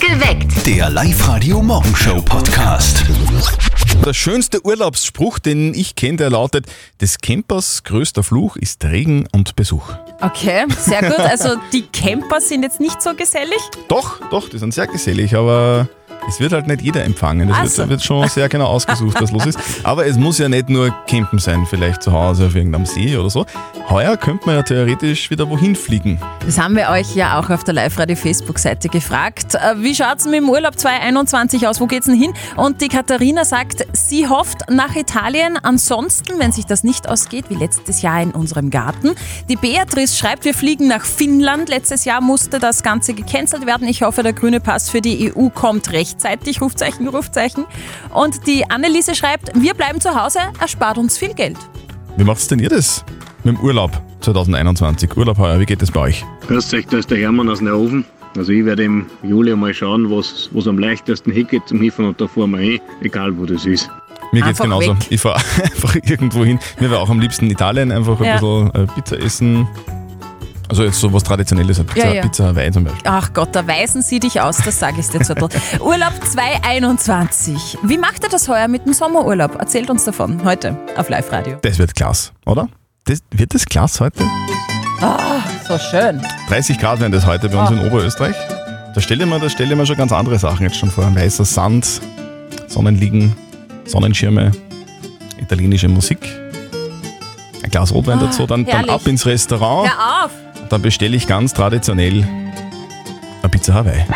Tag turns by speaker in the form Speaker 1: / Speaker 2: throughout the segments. Speaker 1: Geweckt.
Speaker 2: Der Live-Radio-Morgenshow-Podcast.
Speaker 3: Der schönste Urlaubsspruch, den ich kenne, der lautet: Des Campers größter Fluch ist Regen und Besuch.
Speaker 4: Okay, sehr gut. Also die Camper sind jetzt nicht so gesellig.
Speaker 3: Doch, doch, die sind sehr gesellig, aber es wird halt nicht jeder empfangen. Das
Speaker 4: Ach
Speaker 3: wird,
Speaker 4: so.
Speaker 3: wird schon sehr genau ausgesucht, was los ist. Aber es muss ja nicht nur campen sein, vielleicht zu Hause auf irgendeinem See oder so. Heuer könnte man ja theoretisch wieder wohin fliegen.
Speaker 4: Das haben wir euch ja auch auf der Live-Radio-Facebook-Seite gefragt. Äh, Wie schaut's mit dem Urlaub 2021 aus? Wo geht's denn hin? Und die Katharina sagt, sie hofft nach Italien. Ansonsten, wenn sich das nicht ausgeht, wie letztes Jahr in unserem Garten. Die Beatrice schreibt, wir fliegen nach Finnland. Letztes Jahr musste das Ganze gecancelt werden. Ich hoffe, der grüne Pass für die EU kommt rechtzeitig. Rufzeichen, Rufzeichen. Und die Anneliese schreibt, wir bleiben zu Hause, erspart uns viel Geld.
Speaker 3: Wie macht's denn ihr das mit dem Urlaub 2021? Urlaub heuer, wie geht das bei euch?
Speaker 5: Grüß euch, da ist der Hermann aus Neuhofen. Also ich werde im Juli mal schauen, was, was am leichtesten hingeht zum Hiffen und da fahren wir hin, egal wo das ist.
Speaker 3: Mir geht's
Speaker 4: Einfach
Speaker 3: genauso.
Speaker 4: weg.
Speaker 3: Ich fahre einfach irgendwo hin. Mir wäre auch am liebsten Italien, einfach ein
Speaker 4: Ja.
Speaker 3: bisschen äh, Pizza essen. Also jetzt so was Traditionelles, halt Pizza,
Speaker 4: Ja, ja.
Speaker 3: Pizza Hawaii zum Beispiel.
Speaker 4: Ach Gott, da weisen sie dich aus, das sage ich dir, Zürtel. Urlaub 2021. Wie macht ihr das heuer mit dem Sommerurlaub? Erzählt uns davon heute auf Live-Radio.
Speaker 3: Das wird klasse, oder? Das, wird das klasse heute?
Speaker 4: So schön.
Speaker 3: 30 Grad wären das heute bei
Speaker 4: Ah.
Speaker 3: uns in Oberösterreich. Da stelle ich mir, da stelle ich mir schon ganz andere Sachen jetzt schon vor. Weißer Sand, Sonnenliegen, Sonnenschirme, italienische Musik. Ein Glas Rotwein dazu, dann, dann
Speaker 4: Ah, herrlich.
Speaker 3: ab ins Restaurant.
Speaker 4: Hör auf!
Speaker 3: Dann bestelle ich ganz traditionell eine Pizza Hawaii.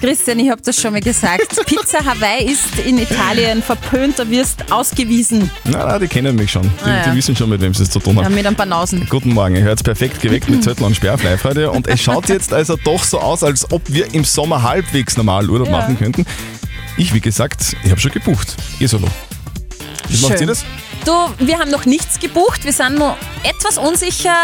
Speaker 4: Christian, ich habe das schon mal gesagt. Pizza Hawaii ist in Italien verpönt, da wirst ausgewiesen.
Speaker 3: Na, na die kennen mich schon. Die,
Speaker 4: Ah, ja.
Speaker 3: die wissen schon, mit wem sie es zu tun
Speaker 4: Ja,
Speaker 3: haben.
Speaker 4: mit einem Banausen.
Speaker 3: Guten Morgen, ihr hört perfekt geweckt mit Zettel und Sperr auf Live-Radio und es schaut jetzt also doch so aus, als ob wir im Sommer halbwegs normal Urlaub
Speaker 4: Ja.
Speaker 3: machen könnten. Ich, wie gesagt, ich habe schon gebucht. Ihr solo. Wie macht
Speaker 4: Schön.
Speaker 3: ihr das?
Speaker 4: Du, wir haben noch nichts gebucht, wir sind nur etwas unsicher.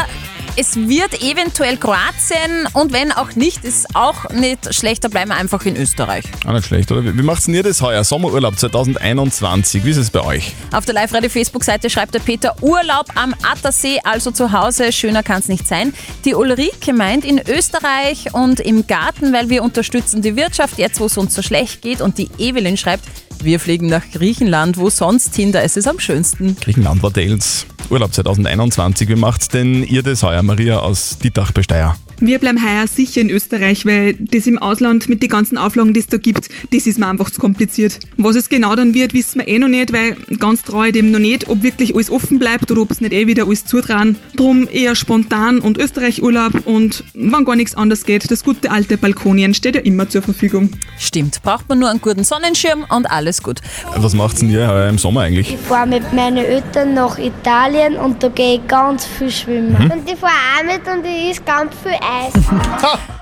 Speaker 4: Es wird eventuell Kroatien und wenn auch nicht, ist auch nicht schlecht, da bleiben wir einfach in Österreich.
Speaker 3: Ah, nicht schlecht, oder? Wie wie macht's denn ihr das heuer? Sommerurlaub 2021, wie ist es bei euch?
Speaker 4: Auf der Live-Radio-Facebook-Seite schreibt der Peter Urlaub am Attersee, also zu Hause. Schöner kann es nicht sein. Die Ulrike meint in Österreich und im Garten, weil wir unterstützen die Wirtschaft, jetzt wo es uns so schlecht geht. Und die Evelyn schreibt, wir fliegen nach Griechenland, wo sonst hin, da ist es am schönsten.
Speaker 3: Griechenland war Dales. Urlaub 2021, wie macht's denn ihr das heuer? Maria aus Dietach bei Steyr.
Speaker 6: Wir bleiben heuer sicher in Österreich, weil das im Ausland mit den ganzen Auflagen, die es da gibt, das ist mir einfach zu kompliziert. Was es genau dann wird, wissen wir eh noch nicht, weil ganz treu dem noch nicht, ob wirklich alles offen bleibt oder ob es nicht eh wieder alles zutrauen. Drum eher spontan und Österreich-Urlaub und wann gar nichts anders geht, das gute alte Balkonien steht ja immer zur Verfügung.
Speaker 4: Stimmt, braucht man nur einen guten Sonnenschirm und alles gut.
Speaker 3: Was macht's denn ihr heuer im Sommer eigentlich?
Speaker 7: Ich fahre mit meinen Eltern nach Italien und da gehe ich ganz viel schwimmen. Und ich fahre auch mit und ich esse ganz viel Eis.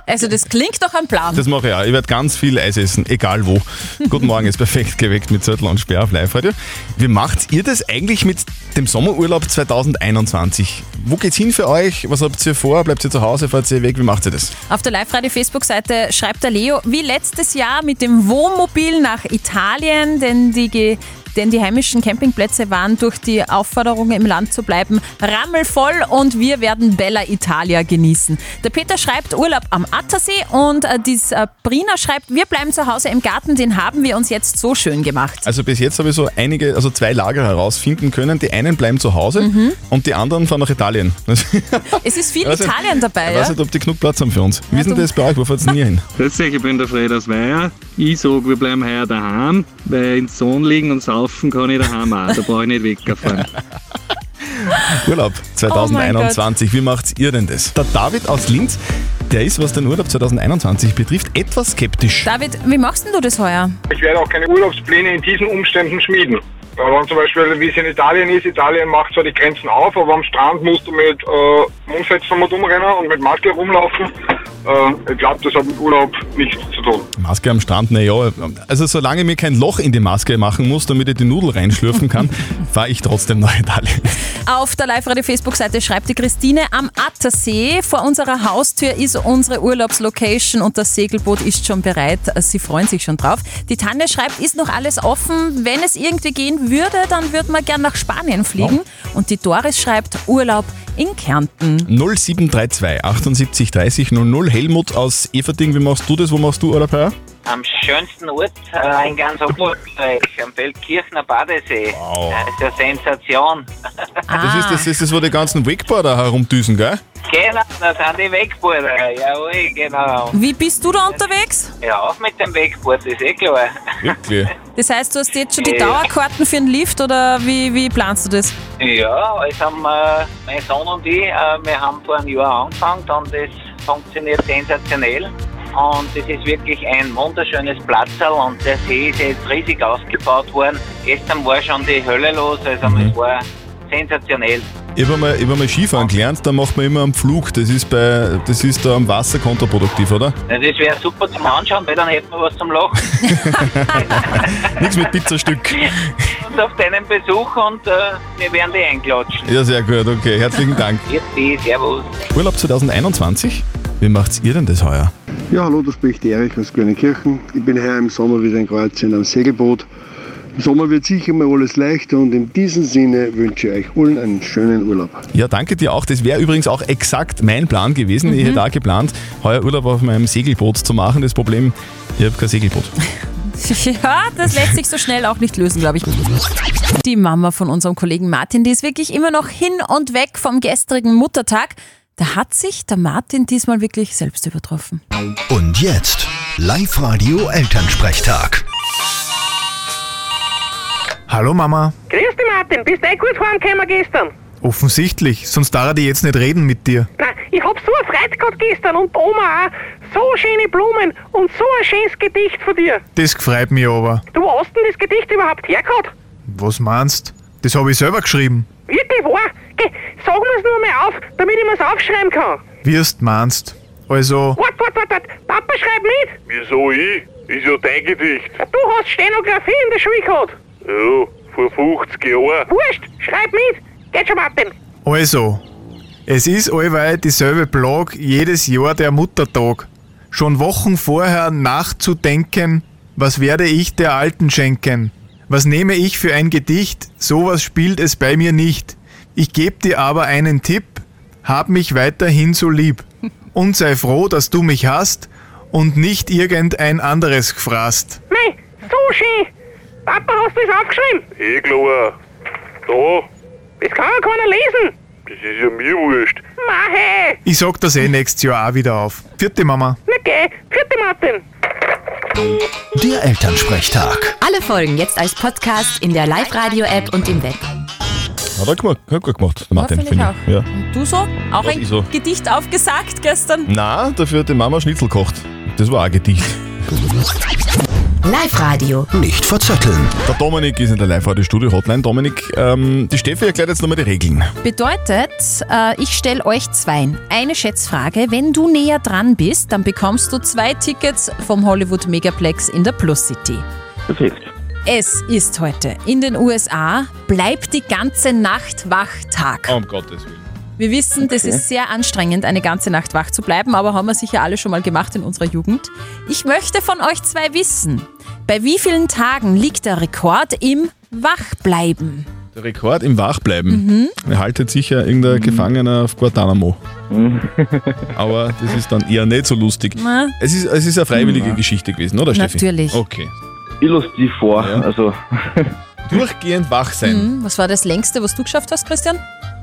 Speaker 4: Also das klingt doch am Plan.
Speaker 3: Das mache ich auch. Ich werde ganz viel Eis essen, egal wo. Guten Morgen ist perfekt geweckt mit Zettel und Sperr auf Live-Radio. Wie macht ihr das eigentlich mit dem Sommerurlaub 2021? Wo geht's hin für euch? Was habt ihr vor? Bleibt ihr zu Hause? Fahrt ihr weg? Wie macht ihr das?
Speaker 4: Auf der Live-Radio-Facebook-Seite schreibt der Leo, wie letztes Jahr mit dem Wohnmobil nach Italien, denn die, Ge- denn die heimischen Campingplätze waren durch die Aufforderung, im Land zu bleiben, rammelvoll und wir werden Bella Italia genießen. Der Peter schreibt Urlaub am Attersee und äh, die Sabrina schreibt, wir bleiben zu Hause im Garten, den haben wir uns jetzt so schön gemacht.
Speaker 3: Also bis jetzt habe ich so einige, also zwei Lager herausfinden können. Die einen bleiben zu Hause und die anderen fahren nach Italien.
Speaker 4: Mhm. Es ist viel
Speaker 3: Also,
Speaker 4: Italien dabei,
Speaker 3: Ich weiß
Speaker 4: ja?
Speaker 3: nicht, ob die genug Platz haben für uns. Wie ist denn das bei euch? Wo fahrt ihr denn hier hin?
Speaker 5: Grüß euch, ich bin der Fred aus Weiher. Ich sag, wir bleiben heuer daheim, weil ins Sohn liegen und saufen kann ich daheim auch. Da brauche ich nicht weggefahren.
Speaker 3: Urlaub
Speaker 4: mein
Speaker 3: 2021. Wie macht ihr denn das? Der David aus Linz, der ist, was den Urlaub 2021 betrifft, etwas skeptisch.
Speaker 4: David, wie machst denn du das heuer?
Speaker 8: Ich werde auch keine Urlaubspläne in diesen Umständen schmieden. Ja, Wenn zum Beispiel, wie es in Italien ist, Italien macht zwar die Grenzen auf, aber am Strand musst du mit äh, Mundfettvermut umrennen und mit Maske rumlaufen. Äh, ich glaube, das hat mit Urlaub nichts zu tun.
Speaker 3: Maske am Strand, naja, also solange ich mir kein Loch in die Maske machen muss, damit ich die Nudel reinschlürfen kann, fahre ich trotzdem nach Italien.
Speaker 4: Auf der Live-Radio-Facebook-Seite schreibt die Christine, am Attersee vor unserer Haustür ist unsere Urlaubslocation und das Segelboot ist schon bereit. Sie freuen sich schon drauf. Die Tanja schreibt, ist noch alles offen. Wenn es irgendwie gehen würde, dann würden wir gern nach Spanien fliegen. Und die Doris schreibt, Urlaub in Kärnten.
Speaker 3: 0732 78 30 00. Helmut aus Everding, wie machst du das? Wo machst du Urlaub her?
Speaker 1: Am schönsten Ort äh, in ganz Oberösterreich, am Feldkirchner Badesee.
Speaker 3: Wow.
Speaker 1: Das ist ja Sensation.
Speaker 3: Ah, Das ist das, ist das, wo die ganzen Wakeboarder herumdüsen, gell?
Speaker 1: Genau, da sind die Wegbohrer. Jawohl, genau.
Speaker 4: Ah. Wie bist du da unterwegs?
Speaker 1: Ja, auf mit dem Wegbohr, das ist eh klar.
Speaker 3: Wirklich.
Speaker 4: Das heißt, du hast jetzt schon die
Speaker 3: Äh.
Speaker 1: Ja.
Speaker 4: Dauerkarten für den Lift oder wie, wie planst du das?
Speaker 1: Ja, also haben äh, mein Sohn und ich, äh, wir haben vor einem Jahr angefangen und das funktioniert sensationell. Und es ist wirklich ein wunderschönes Platzerl und der See ist jetzt riesig ausgebaut worden. Gestern war schon die Hölle los, also es war sensationell.
Speaker 3: Ich habe mal, ich hab mal Skifahren gelernt, da macht man immer am Flug. Das ist, bei, das ist da am Wasser kontraproduktiv, oder?
Speaker 1: Ja, das wäre super zum Anschauen, weil dann hätten wir was zum Lachen.
Speaker 3: Nichts mit Pizzastück.
Speaker 1: und auf deinen Besuch und äh, wir werden dich einklatschen.
Speaker 3: Ja, sehr gut, okay. Herzlichen Dank.
Speaker 1: Jetzt die, servus.
Speaker 3: Urlaub 2021? Wie macht's ihr denn das heuer?
Speaker 2: Ja, hallo, da spricht Erich aus Grünenkirchen. Ich bin heuer im Sommer wieder in Kroatien am Segelboot. Im Sommer wird sicher mal alles leichter und in diesem Sinne wünsche ich euch allen einen schönen Urlaub.
Speaker 3: Ja, danke dir auch. Das wäre übrigens auch exakt mein Plan gewesen. Ich hätte auch geplant, heuer Urlaub auf meinem Segelboot zu machen. Das Problem, ich habe kein Segelboot.
Speaker 4: Ja, das lässt sich so schnell auch nicht lösen, glaube ich. Die Mama von unserem Kollegen Martin, die ist wirklich immer noch hin und weg vom gestrigen Muttertag. Da hat sich der Martin diesmal wirklich selbst übertroffen.
Speaker 9: Und jetzt Live-Radio Elternsprechtag.
Speaker 10: Hallo Mama.
Speaker 11: Grüß dich, Martin. Bist du eh gut heimgekommen gestern?
Speaker 10: Offensichtlich, sonst darf ich jetzt nicht reden mit dir.
Speaker 11: Nein, ich hab so eine Freude gehabt gestern und die Oma auch. So schöne Blumen und so ein schönes Gedicht von dir.
Speaker 10: Das freut mich aber.
Speaker 11: Du wo hast denn das Gedicht überhaupt hergehabt?
Speaker 10: Was meinst? Das habe ich selber geschrieben.
Speaker 11: Wirklich wahr? Geh, sag mir's nur mal auf, damit ich mir's aufschreiben kann.
Speaker 10: Wirst meinst. Also,
Speaker 11: Wart, wart, wart, wart. Papa schreibt mit.
Speaker 8: Wieso ich? Ist ja dein Gedicht.
Speaker 11: Du hast Stenografie in der Schule gehabt.
Speaker 8: Ja, vor 50 Jahren.
Speaker 11: Wurscht, schreib mit. Geht schon, Martin.
Speaker 10: also. Es ist allweil dieselbe Plage jedes Jahr der Muttertag. Schon Wochen vorher nachzudenken, was werde ich der Alten schenken? Was nehme ich für ein Gedicht? Sowas spielt es bei mir nicht. Ich geb dir aber einen Tipp, hab mich weiterhin so lieb. Und sei froh, dass du mich hast und nicht irgendein anderes gefraßt.
Speaker 11: Mei, so schön. Papa, hast du das aufgeschrieben?
Speaker 8: Ich glaube, da,
Speaker 11: Das kann ja keiner lesen.
Speaker 8: das ist ja mir wurscht.
Speaker 11: Mei, hey.
Speaker 10: Ich sag das eh nächstes Jahr auch wieder auf. Vierte Mama.
Speaker 11: na geh. Vierte Martin.
Speaker 9: Der Elternsprechtag.
Speaker 12: Alle Folgen jetzt als Podcast in der Live-Radio-App und im Web.
Speaker 3: Hat er gemacht, hat gut gemacht, der Martin,
Speaker 4: ja, finde ich auch.
Speaker 3: Ja.
Speaker 4: Und du so? Auch
Speaker 3: Was
Speaker 4: ein
Speaker 3: ich so?
Speaker 4: Gedicht aufgesagt gestern?
Speaker 3: Na, dafür hat die Mama Schnitzel gekocht. Das war auch ein Gedicht.
Speaker 12: Live-Radio.
Speaker 9: Nicht verzetteln.
Speaker 3: Der Dominik ist in der Live-Radio-Studio-Hotline. Dominik, ähm, die Steffi erklärt jetzt nochmal die Regeln.
Speaker 4: Bedeutet, äh, ich stelle euch zwei eine Schätzfrage. Wenn du näher dran bist, dann bekommst du zwei Tickets vom Hollywood Megaplex in der Plus City.
Speaker 5: Perfekt.
Speaker 4: Es ist heute in den USA, bleibt die ganze Nacht Wachtag.
Speaker 3: um Gottes Willen.
Speaker 4: Wir wissen, das ist sehr anstrengend, eine ganze Nacht wach zu bleiben, aber haben wir sicher alle schon mal gemacht in unserer Jugend. Ich möchte von euch zwei wissen, bei wie vielen Tagen liegt der Rekord im Wachbleiben?
Speaker 3: Der Rekord im
Speaker 4: Mhm.
Speaker 3: Wachbleiben. Er haltet sicher irgendein Gefangener auf Guantanamo.
Speaker 4: Mhm.
Speaker 3: Aber das ist dann eher nicht so lustig.
Speaker 4: Na,
Speaker 3: Es ist, es ist eine freiwillige Geschichte gewesen, oder Steffi?
Speaker 4: Mhm. Natürlich.
Speaker 3: Okay.
Speaker 5: Ich lasse die vor,
Speaker 3: Ja.
Speaker 5: also
Speaker 3: Durchgehend wach sein.
Speaker 4: hm, was war das längste, was du geschafft hast, Christian?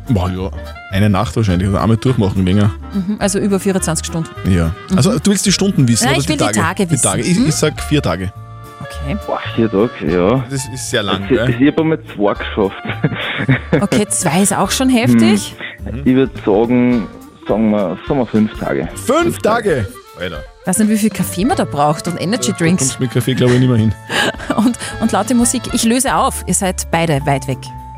Speaker 3: Boah, ja. Eine Nacht wahrscheinlich, also einmal durchmachen länger.
Speaker 4: Mhm, Also über 24 Stunden.
Speaker 3: Ja. Also du willst die Stunden wissen,
Speaker 4: Ja,
Speaker 3: oder
Speaker 4: Mhm. ich will die Tage wissen.
Speaker 3: Die Tage. Ich,
Speaker 4: Mhm.
Speaker 3: ich sag vier Tage.
Speaker 4: Okay.
Speaker 5: boah, vier Tage, ja.
Speaker 3: Das ist sehr lang,
Speaker 5: Ich,
Speaker 3: gell?
Speaker 5: ich habe einmal zwei geschafft.
Speaker 4: Okay, zwei ist auch schon heftig.
Speaker 5: Ich würde sagen, sagen wir, sagen wir fünf Tage.
Speaker 3: Fünf Tage! Alter.
Speaker 4: Weiß nicht, wie viel Kaffee man da braucht und Energy Drinks
Speaker 3: Kommst mit Kaffee, glaube ich, nicht mehr hin.
Speaker 4: und, und laute Musik. Ich löse auf, ihr seid beide weit weg.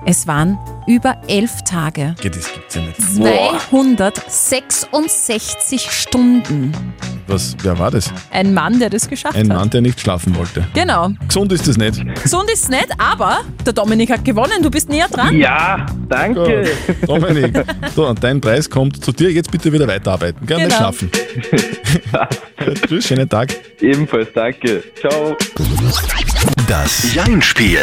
Speaker 4: Es waren über elf Tage.
Speaker 3: Geht, das gibt's ja nicht.
Speaker 4: 266 Stunden.
Speaker 3: Was, wer war das?
Speaker 4: Ein Mann, der das geschafft
Speaker 3: Ein
Speaker 4: hat.
Speaker 3: Mann, der nicht schlafen wollte.
Speaker 4: Genau.
Speaker 3: Gesund ist das nicht.
Speaker 4: Gesund ist nicht, aber der Dominik hat gewonnen. Du bist näher dran.
Speaker 5: Ja, danke.
Speaker 3: Gut. Dominik, so, und dein Preis kommt zu dir. Jetzt bitte wieder weiterarbeiten. Gerne
Speaker 4: Genau.
Speaker 3: schlafen. Tschüss, schönen Tag.
Speaker 5: Ebenfalls danke. Ciao.
Speaker 9: Das Jein-Spiel.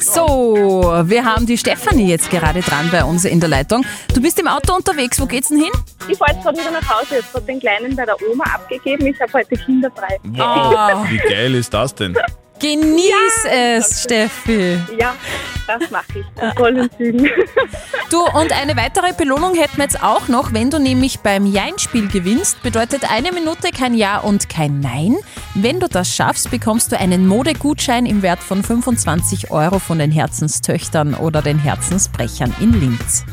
Speaker 4: So, wir haben die Stefanie jetzt gerade dran bei uns in der Leitung. Du bist im Auto unterwegs, wo geht's denn hin?
Speaker 13: Ich fahre jetzt gerade wieder nach Hause. Ich habe den Kleinen bei der Oma abgegeben. Ich habe heute kinderfrei.
Speaker 4: Wow.
Speaker 3: Wie geil ist das denn?
Speaker 4: Genieß es, Steffi.
Speaker 13: Ja, das mache ich.
Speaker 14: Äh,
Speaker 13: In vollen Zügen.
Speaker 4: Du, und eine weitere Belohnung hätten wir jetzt auch noch, wenn du nämlich beim Jein-Spiel gewinnst. Bedeutet eine Minute kein Ja und kein Nein. Wenn du das schaffst, bekommst du einen Modegutschein im Wert von 25 Euro von den Herzenstöchtern oder den Herzensbrechern in Linz.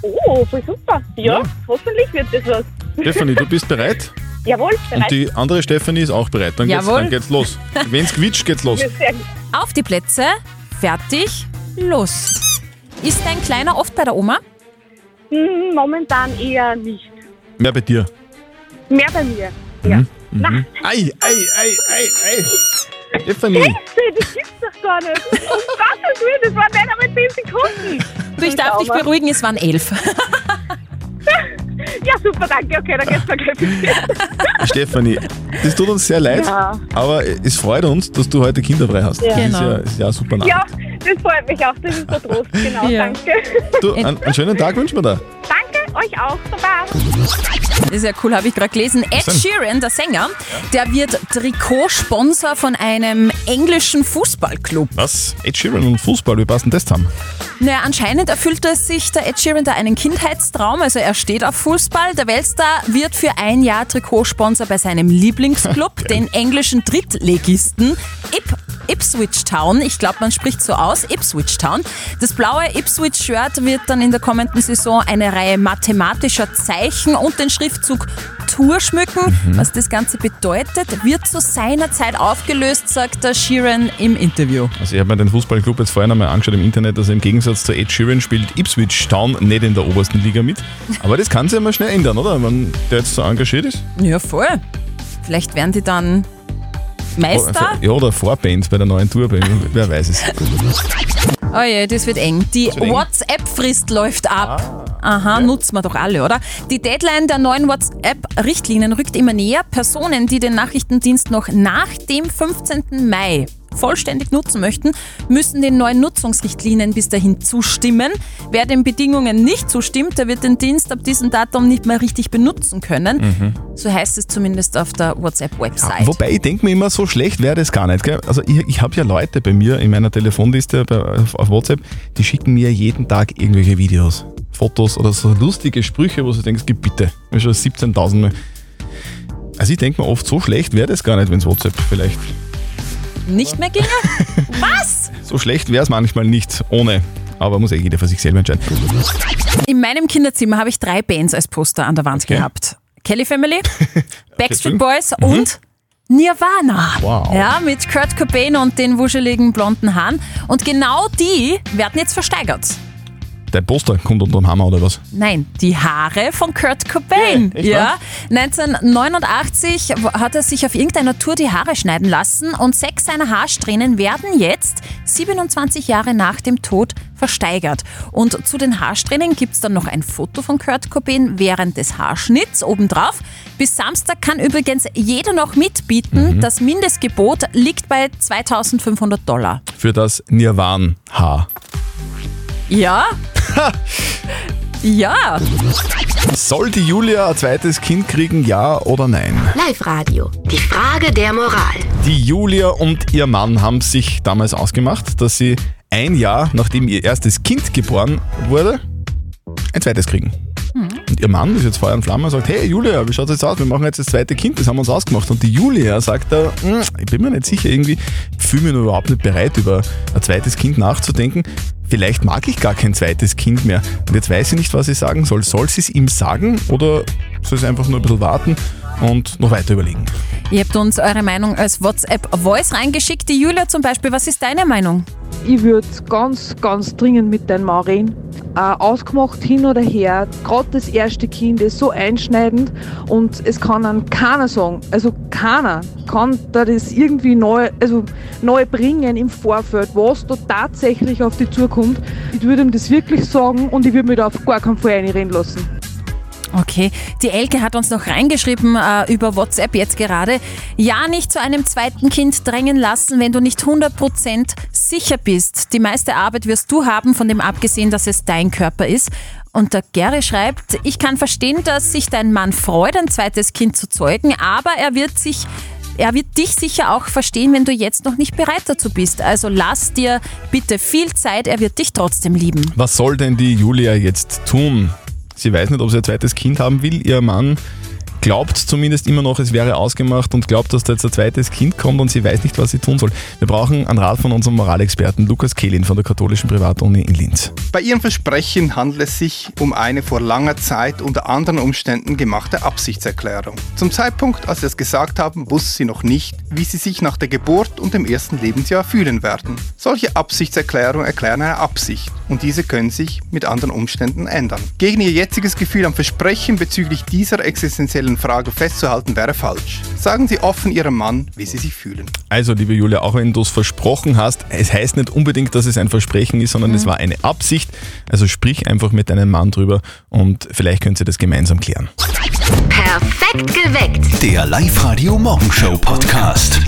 Speaker 13: Oh, voll super. Ja, hoffentlich wird das was.
Speaker 3: Stefanie, du bist bereit?
Speaker 13: Jawohl,
Speaker 3: Und
Speaker 13: bereit.
Speaker 3: die andere Stefanie ist auch bereit. Dann geht's,
Speaker 4: Jawohl.
Speaker 3: dann geht's los. Wenn's quietscht, geht's los.
Speaker 4: Auf die Plätze, fertig, los. Ist dein Kleiner oft bei der Oma?
Speaker 13: Hm, Momentan eher nicht.
Speaker 3: Mehr bei dir.
Speaker 13: Mehr bei mir.
Speaker 3: Mhm. Mhm. Ei, ei, ei, ei, ei. Stefanie.
Speaker 13: Scheiße, das gibt's doch gar nicht. Um Gottes Willen, das waren nicht einmal 10 Sekunden.
Speaker 4: Du, ich darf dich beruhigen, es waren elf.
Speaker 13: Ja, super, danke. Okay, dann geht's gleich.
Speaker 3: Stefanie, das tut uns sehr leid,
Speaker 13: Ja.
Speaker 3: aber es freut uns, dass du heute kinderfrei hast.
Speaker 13: Ja.
Speaker 3: Das ist
Speaker 13: Genau.
Speaker 3: ja, ist ja eine super Nachricht.
Speaker 13: Ja, das freut mich auch. Das ist der Trost. Genau, danke.
Speaker 3: Du, einen, einen schönen Tag wünschen wir dir.
Speaker 13: danke euch auch. Baba.
Speaker 4: Das ist ja cool, habe ich gerade gelesen. Ed
Speaker 3: Was denn?
Speaker 4: Sheeran, der Sänger, der wird Trikotsponsor von einem englischen Fußballclub.
Speaker 3: Was? Ed Sheeran und Fußball, wie passen das zusammen?
Speaker 4: Naja, anscheinend erfüllte sich der Ed Sheeran da einen Kindheitstraum. Also er steht auf Fußball. Der Weltstar wird für ein Jahr Trikotsponsor bei seinem Lieblingsclub, den englischen Drittligisten Ip Ipswich Town. Ich glaube, man spricht so aus, Ipswich Town. Das blaue Ipswich-Shirt wird dann in der kommenden Saison eine Reihe mathematischer Zeichen und den Schriftzug Tour schmücken.
Speaker 15: Mhm.
Speaker 4: Was das Ganze bedeutet, wird zu seiner Zeit aufgelöst, sagt der Sheeran im Interview.
Speaker 3: Also ich habe mir den Fußballclub jetzt vorhin einmal angeschaut im Internet, also im Gegensatz zu Ed Sheeran spielt Ipswich Town nicht in der obersten Liga mit. Aber das kann sich ja mal schnell ändern, oder? Wenn der jetzt so engagiert ist.
Speaker 4: Ja, voll. Vielleicht werden die dann Meister.
Speaker 3: Ja, oder Vorband bei der neuen Tour, bei- wer weiß es.
Speaker 4: Oh je, das wird eng. Die
Speaker 3: wird eng. Ah.
Speaker 4: WhatsApp-Frist läuft ab. Aha, nutzen wir doch alle, oder? Die Deadline der neuen WhatsApp-Richtlinien rückt immer näher. Personen, die den Nachrichtendienst noch nach dem 15. Mai vollständig nutzen möchten, müssen den neuen Nutzungsrichtlinien bis dahin zustimmen. Wer den Bedingungen nicht zustimmt, der wird den Dienst ab diesem Datum nicht mehr richtig benutzen können.
Speaker 3: Mhm.
Speaker 4: So heißt es zumindest auf der WhatsApp-Website.
Speaker 3: Ah, Wobei, ich denke mir immer, so schlecht wäre das gar nicht. Gell? Also ich, ich habe ja Leute bei mir in meiner Telefonliste bei, auf, auf WhatsApp, die schicken mir jeden Tag irgendwelche Videos, Fotos oder so lustige Sprüche, wo du denkst, gib bitte. Ich hab schon 17.000 Mal. Also ich denke mir oft, so schlecht wäre das gar nicht, wenn es WhatsApp vielleicht.
Speaker 4: Nicht mehr ginge? Was?
Speaker 3: So schlecht wäre es manchmal nicht ohne. Aber muss eh jeder für sich selber entscheiden.
Speaker 4: In meinem Kinderzimmer habe ich drei Bands als Poster an der Wand gehabt. Kelly Family, Backstreet Boys und Nirvana.
Speaker 15: Wow.
Speaker 4: Ja, mit Kurt Cobain und den wuscheligen blonden Haaren. Und genau die werden jetzt versteigert.
Speaker 3: Dein Poster kommt unter dem Hammer oder was?
Speaker 4: Nein, die Haare von Kurt Cobain.
Speaker 3: echt
Speaker 4: ja. 1989 hat er sich auf irgendeiner Tour die Haare schneiden lassen und sechs seiner Haarsträhnen werden jetzt 27 Jahre nach dem Tod versteigert. Und zu den Haarsträhnen gibt es dann noch ein Foto von Kurt Cobain während des Haarschnitts obendrauf. Bis Samstag kann übrigens jeder noch mitbieten.
Speaker 3: Mhm.
Speaker 4: Das Mindestgebot liegt bei 2500 Dollar.
Speaker 3: Für das Nirvan-Haar.
Speaker 4: Ja? ja.
Speaker 3: Soll die Julia ein zweites Kind kriegen, ja oder nein?
Speaker 12: Live Radio. Die Frage der Moral.
Speaker 3: Die Julia und ihr Mann haben sich damals ausgemacht, dass sie ein Jahr nachdem ihr erstes Kind geboren wurde, ein zweites kriegen. Und ihr Mann ist jetzt Feuer und Flamme und sagt, hey Julia, wie schaut's jetzt aus? Wir machen jetzt das zweite Kind, das haben wir uns ausgemacht. Und die Julia sagt da, "Hm, ich bin mir nicht sicher irgendwie, ich fühle mich noch überhaupt nicht bereit, über ein zweites Kind nachzudenken. Vielleicht mag ich gar kein zweites Kind mehr. Und jetzt weiß sie nicht, was sie sagen soll. Soll sie es ihm sagen oder soll sie einfach nur ein bisschen warten und noch weiter überlegen?
Speaker 4: Ihr habt uns eure Meinung als WhatsApp-Voice reingeschickt. Die Julia zum Beispiel, was ist deine Meinung?
Speaker 14: Ich würde ganz, ganz dringend mit deinem Mann reden. Äh, ausgemacht hin oder her, gerade das erste Kind ist so einschneidend und es kann dann keiner sagen, also keiner kann da das irgendwie neu, also neu bringen im Vorfeld, was da tatsächlich auf dich zukommt. Ich würde ihm das wirklich sagen und ich würde mich da auf gar keinen Fall einreden lassen.
Speaker 4: Okay, die Elke hat uns noch reingeschrieben äh, über WhatsApp jetzt gerade. Ja, nicht zu einem zweiten Kind drängen lassen, wenn du nicht 100% sicher bist. Die meiste Arbeit wirst du haben, von dem abgesehen, dass es dein Körper ist. Und der Gary schreibt, ich kann verstehen, dass sich dein Mann freut, ein zweites Kind zu zeugen, aber er wird sich er wird dich sicher auch verstehen, wenn du jetzt noch nicht bereit dazu bist. Also lass dir bitte viel Zeit, er wird dich trotzdem lieben.
Speaker 3: Was soll denn die Julia jetzt tun? Sie weiß nicht, ob sie ein zweites Kind haben will. Ihr Mann glaubt zumindest immer noch, es wäre ausgemacht und glaubt, dass da jetzt ein zweites Kind kommt und sie weiß nicht, was sie tun soll. Wir brauchen einen Rat von unserem Moralexperten Lukas Kehlin von der katholischen Privatuni in Linz.
Speaker 1: Bei ihrem Versprechen handelt es sich um eine vor langer Zeit unter anderen Umständen gemachte Absichtserklärung. Zum Zeitpunkt, als sie das gesagt haben, wusste sie noch nicht, wie sie sich nach der Geburt und dem ersten Lebensjahr fühlen werden. Solche Absichtserklärungen erklären eine Absicht und diese können sich mit anderen Umständen ändern. Gegen ihr jetziges Gefühl am Versprechen bezüglich dieser existenziellen Frage festzuhalten wäre falsch. Sagen Sie offen Ihrem Mann, wie Sie sich fühlen.
Speaker 3: Also, liebe Julia, auch wenn du es versprochen hast, es heißt nicht unbedingt, dass es ein Versprechen ist, sondern
Speaker 1: Mhm.
Speaker 3: es war eine Absicht. Also sprich einfach mit deinem Mann drüber und vielleicht könnt ihr das gemeinsam klären.
Speaker 12: Perfekt geweckt.
Speaker 9: Der Live-Radio Morgenshow Podcast.